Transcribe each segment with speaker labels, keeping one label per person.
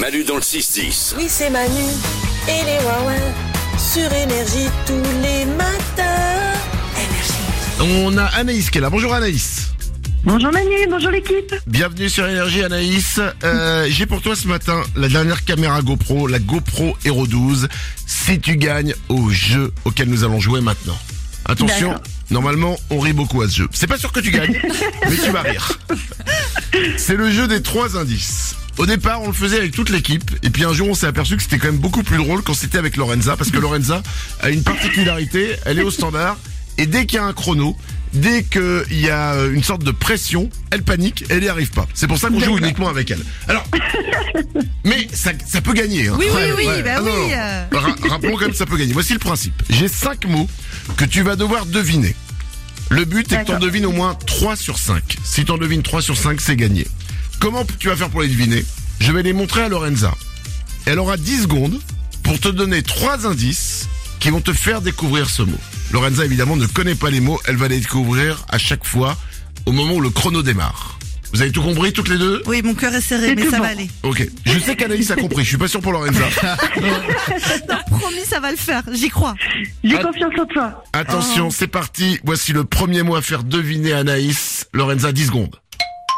Speaker 1: Manu dans le 6-10.
Speaker 2: Oui, c'est Manu et les Wawa sur Énergie tous les matins.
Speaker 3: On a Anaïs qui est là. Bonjour Anaïs.
Speaker 4: Bonjour Manu, bonjour l'équipe.
Speaker 3: Bienvenue sur Énergie Anaïs. Euh, J'ai pour toi ce matin la dernière caméra GoPro, la GoPro Hero 12. Si tu gagnes au jeu auquel nous allons jouer maintenant. Attention,
Speaker 4: D'accord.
Speaker 3: normalement on rit beaucoup à ce jeu. C'est pas sûr que tu gagnes, mais tu vas rire. C'est le jeu des trois indices. Au départ, on le faisait avec toute l'équipe, et puis un jour, on s'est aperçu que c'était quand même beaucoup plus drôle quand c'était avec Lorenza, parce que Lorenza a une particularité, elle est au standard, et dès qu'il y a un chrono, dès qu'il y a une sorte de pression, elle panique, elle n'y arrive pas. C'est pour ça qu'on joue uniquement avec elle. Alors, mais ça, ça peut gagner. hein.
Speaker 5: Oui, oui, oui, bah
Speaker 3: Ah non,
Speaker 5: oui,
Speaker 3: non.
Speaker 5: euh.
Speaker 3: Ra- rappelons quand même, ça peut gagner. Voici le principe. J'ai cinq mots que tu vas devoir deviner. Le but est que tu en
Speaker 4: D'accord.
Speaker 3: devines au moins 3 sur 5. Si tu en devines 3 sur 5, c'est gagné. Comment tu vas faire pour les deviner Je vais les montrer à Lorenza. Elle aura 10 secondes pour te donner trois indices qui vont te faire découvrir ce mot. Lorenza, évidemment, ne connaît pas les mots. Elle va les découvrir à chaque fois au moment où le chrono démarre. Vous avez tout compris, toutes les deux
Speaker 5: Oui, mon cœur est serré,
Speaker 4: C'est
Speaker 5: mais
Speaker 4: tout
Speaker 5: ça
Speaker 4: bon.
Speaker 5: va aller.
Speaker 3: Ok. Je sais qu'Anaïs a compris. Je suis pas sûr pour Lorenza.
Speaker 5: Non, promis, ça va le faire. J'y crois.
Speaker 4: J'ai
Speaker 3: Ah.
Speaker 4: confiance en toi.
Speaker 3: Attention, c'est parti. Voici le premier mot à faire deviner à Anaïs. Lorenza, 10 secondes.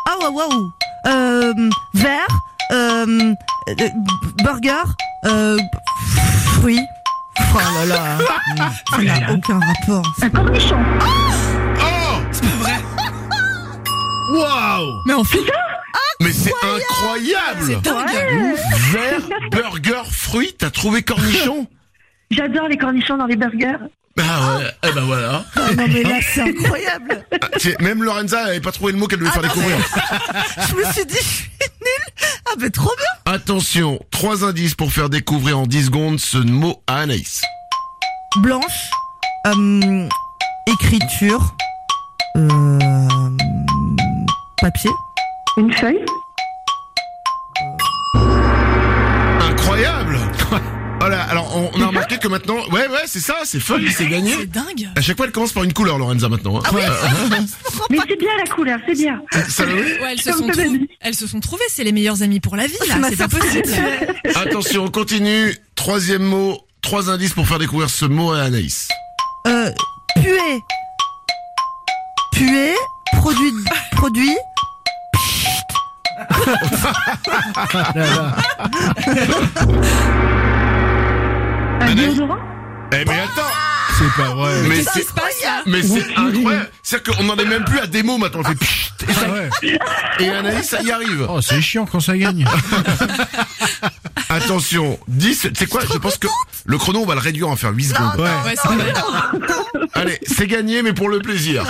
Speaker 5: Ah waouh, waouh. Euh, verre, euh, euh, burger, euh, fruits. Oh là là. Ça n'a aucun rapport.
Speaker 4: Un cornichon.
Speaker 3: Oh C'est pas vrai Waouh
Speaker 5: Mais on fait
Speaker 3: Mais c'est incroyable
Speaker 4: Ouais.
Speaker 3: Vert, burger, fruit, t'as trouvé cornichon
Speaker 4: J'adore les cornichons dans les burgers.
Speaker 3: Bah ouais, eh ben voilà.
Speaker 5: Non mais là, c'est incroyable.
Speaker 3: Ah, tiens, Même Lorenza elle avait pas trouvé le mot qu'elle devait faire découvrir.
Speaker 5: Je me suis dit, je suis nulle. Ah mais trop bien.
Speaker 3: Attention, trois indices pour faire découvrir en 10 secondes ce mot à Anaïs.
Speaker 5: Blanche, euh, écriture, euh, papier.
Speaker 4: Une feuille.
Speaker 3: Incroyable Voilà, alors on, on a remarqué que maintenant... Ouais, ouais, c'est ça, c'est fun, c'est gagné.
Speaker 5: dingue.
Speaker 3: À chaque fois, elle commence par une couleur, Lorenza, maintenant. hein.
Speaker 4: Mais c'est bien la couleur, c'est bien.
Speaker 3: Salomé
Speaker 6: Ouais, elles se
Speaker 4: Comme
Speaker 6: sont,
Speaker 4: t'avais
Speaker 6: trou-
Speaker 4: dit.
Speaker 6: elles se sont trouvées, c'est les meilleures amies pour la vie, là, c'est pas possible.
Speaker 3: Attention, on continue. Troisième mot, trois indices pour faire découvrir ce mot à Anaïs.
Speaker 5: Euh, puer. Puer, produit, produit.
Speaker 4: Un déodorant.
Speaker 3: Eh mais attends C'est pas vrai Mais
Speaker 6: Qu'est-ce qui
Speaker 3: c'est
Speaker 6: se passe, là
Speaker 3: mais c'est incroyable C'est-à-dire qu'on n'en est même plus à des mots maintenant, on fait pchit et, ça- et Anaïs, ça y arrive
Speaker 7: Oh, c'est chiant quand ça gagne.
Speaker 3: Attention, 10, c'est quoi Je pense que le chrono, on va le réduire en faire 8 secondes.
Speaker 6: Ouais, c'est vrai.
Speaker 3: Allez, c'est gagné, mais pour le plaisir.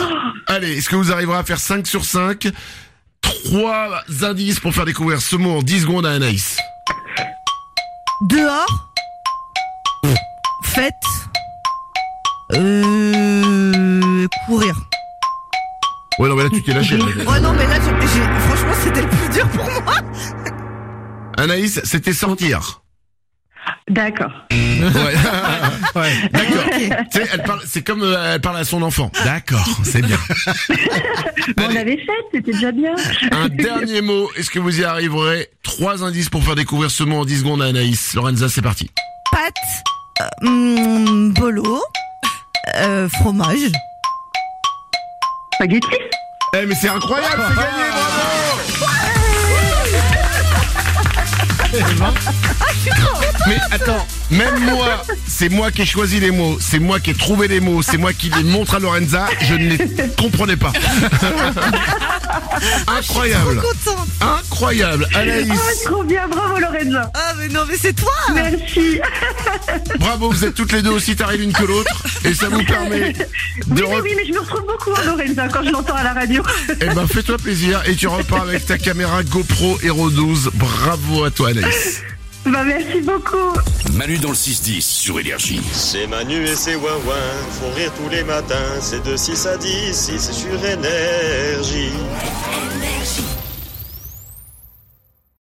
Speaker 3: Allez, est-ce que vous arriverez à faire 5 sur 5 Trois indices pour faire découvrir ce mot en 10 secondes à Anaïs.
Speaker 5: Dehors. Fête. Euh, courir.
Speaker 3: Ouais, non, mais là, tu t'es lâché. là.
Speaker 5: Oh non, mais là, je- j'ai- franchement, c'était le plus dur pour moi.
Speaker 3: Anaïs, c'était sortir.
Speaker 4: D'accord.
Speaker 3: Ouais.
Speaker 7: Ouais.
Speaker 3: D'accord. Tu sais, elle parle, c'est comme euh, elle parle à son enfant. D'accord, c'est bien.
Speaker 4: Bon, on avait fait, c'était déjà bien.
Speaker 3: Un dernier mot, est-ce que vous y arriverez Trois indices pour faire découvrir ce mot en 10 secondes à Anaïs. Lorenza, c'est parti.
Speaker 5: Pâte. euh, hum, bolo. euh, fromage.
Speaker 4: Spaghetti.
Speaker 3: Eh mais c'est incroyable, c'est gagné, bravo Mais attends, même moi, c'est moi qui ai choisi les mots, c'est moi qui ai trouvé les mots, c'est moi qui les montre à Lorenza, je ne les comprenais pas. Incroyable,
Speaker 5: Contente.
Speaker 3: incroyable,
Speaker 4: Oh,
Speaker 3: Anaïs.
Speaker 4: trop bien, bravo Lorenza.
Speaker 5: Ah, mais non, mais c'est toi.
Speaker 4: Merci.
Speaker 3: Bravo, vous êtes toutes les deux aussi tarées l'une que l'autre et ça vous permet
Speaker 4: Oui,
Speaker 3: de
Speaker 4: mais
Speaker 3: re-
Speaker 4: oui, mais je me retrouve beaucoup en Lorenza quand je l'entends à la radio.
Speaker 3: Eh ben fais-toi plaisir et tu repars avec ta caméra GoPro Hero 12. Bravo à toi Anaïs.
Speaker 4: Bah, merci beaucoup.
Speaker 1: Manu dans le 6-10 sur Énergie.
Speaker 8: C'est Manu et c'est Wawa, font rire tous les matins, c'est de 6 à 10, 6 sur énergie.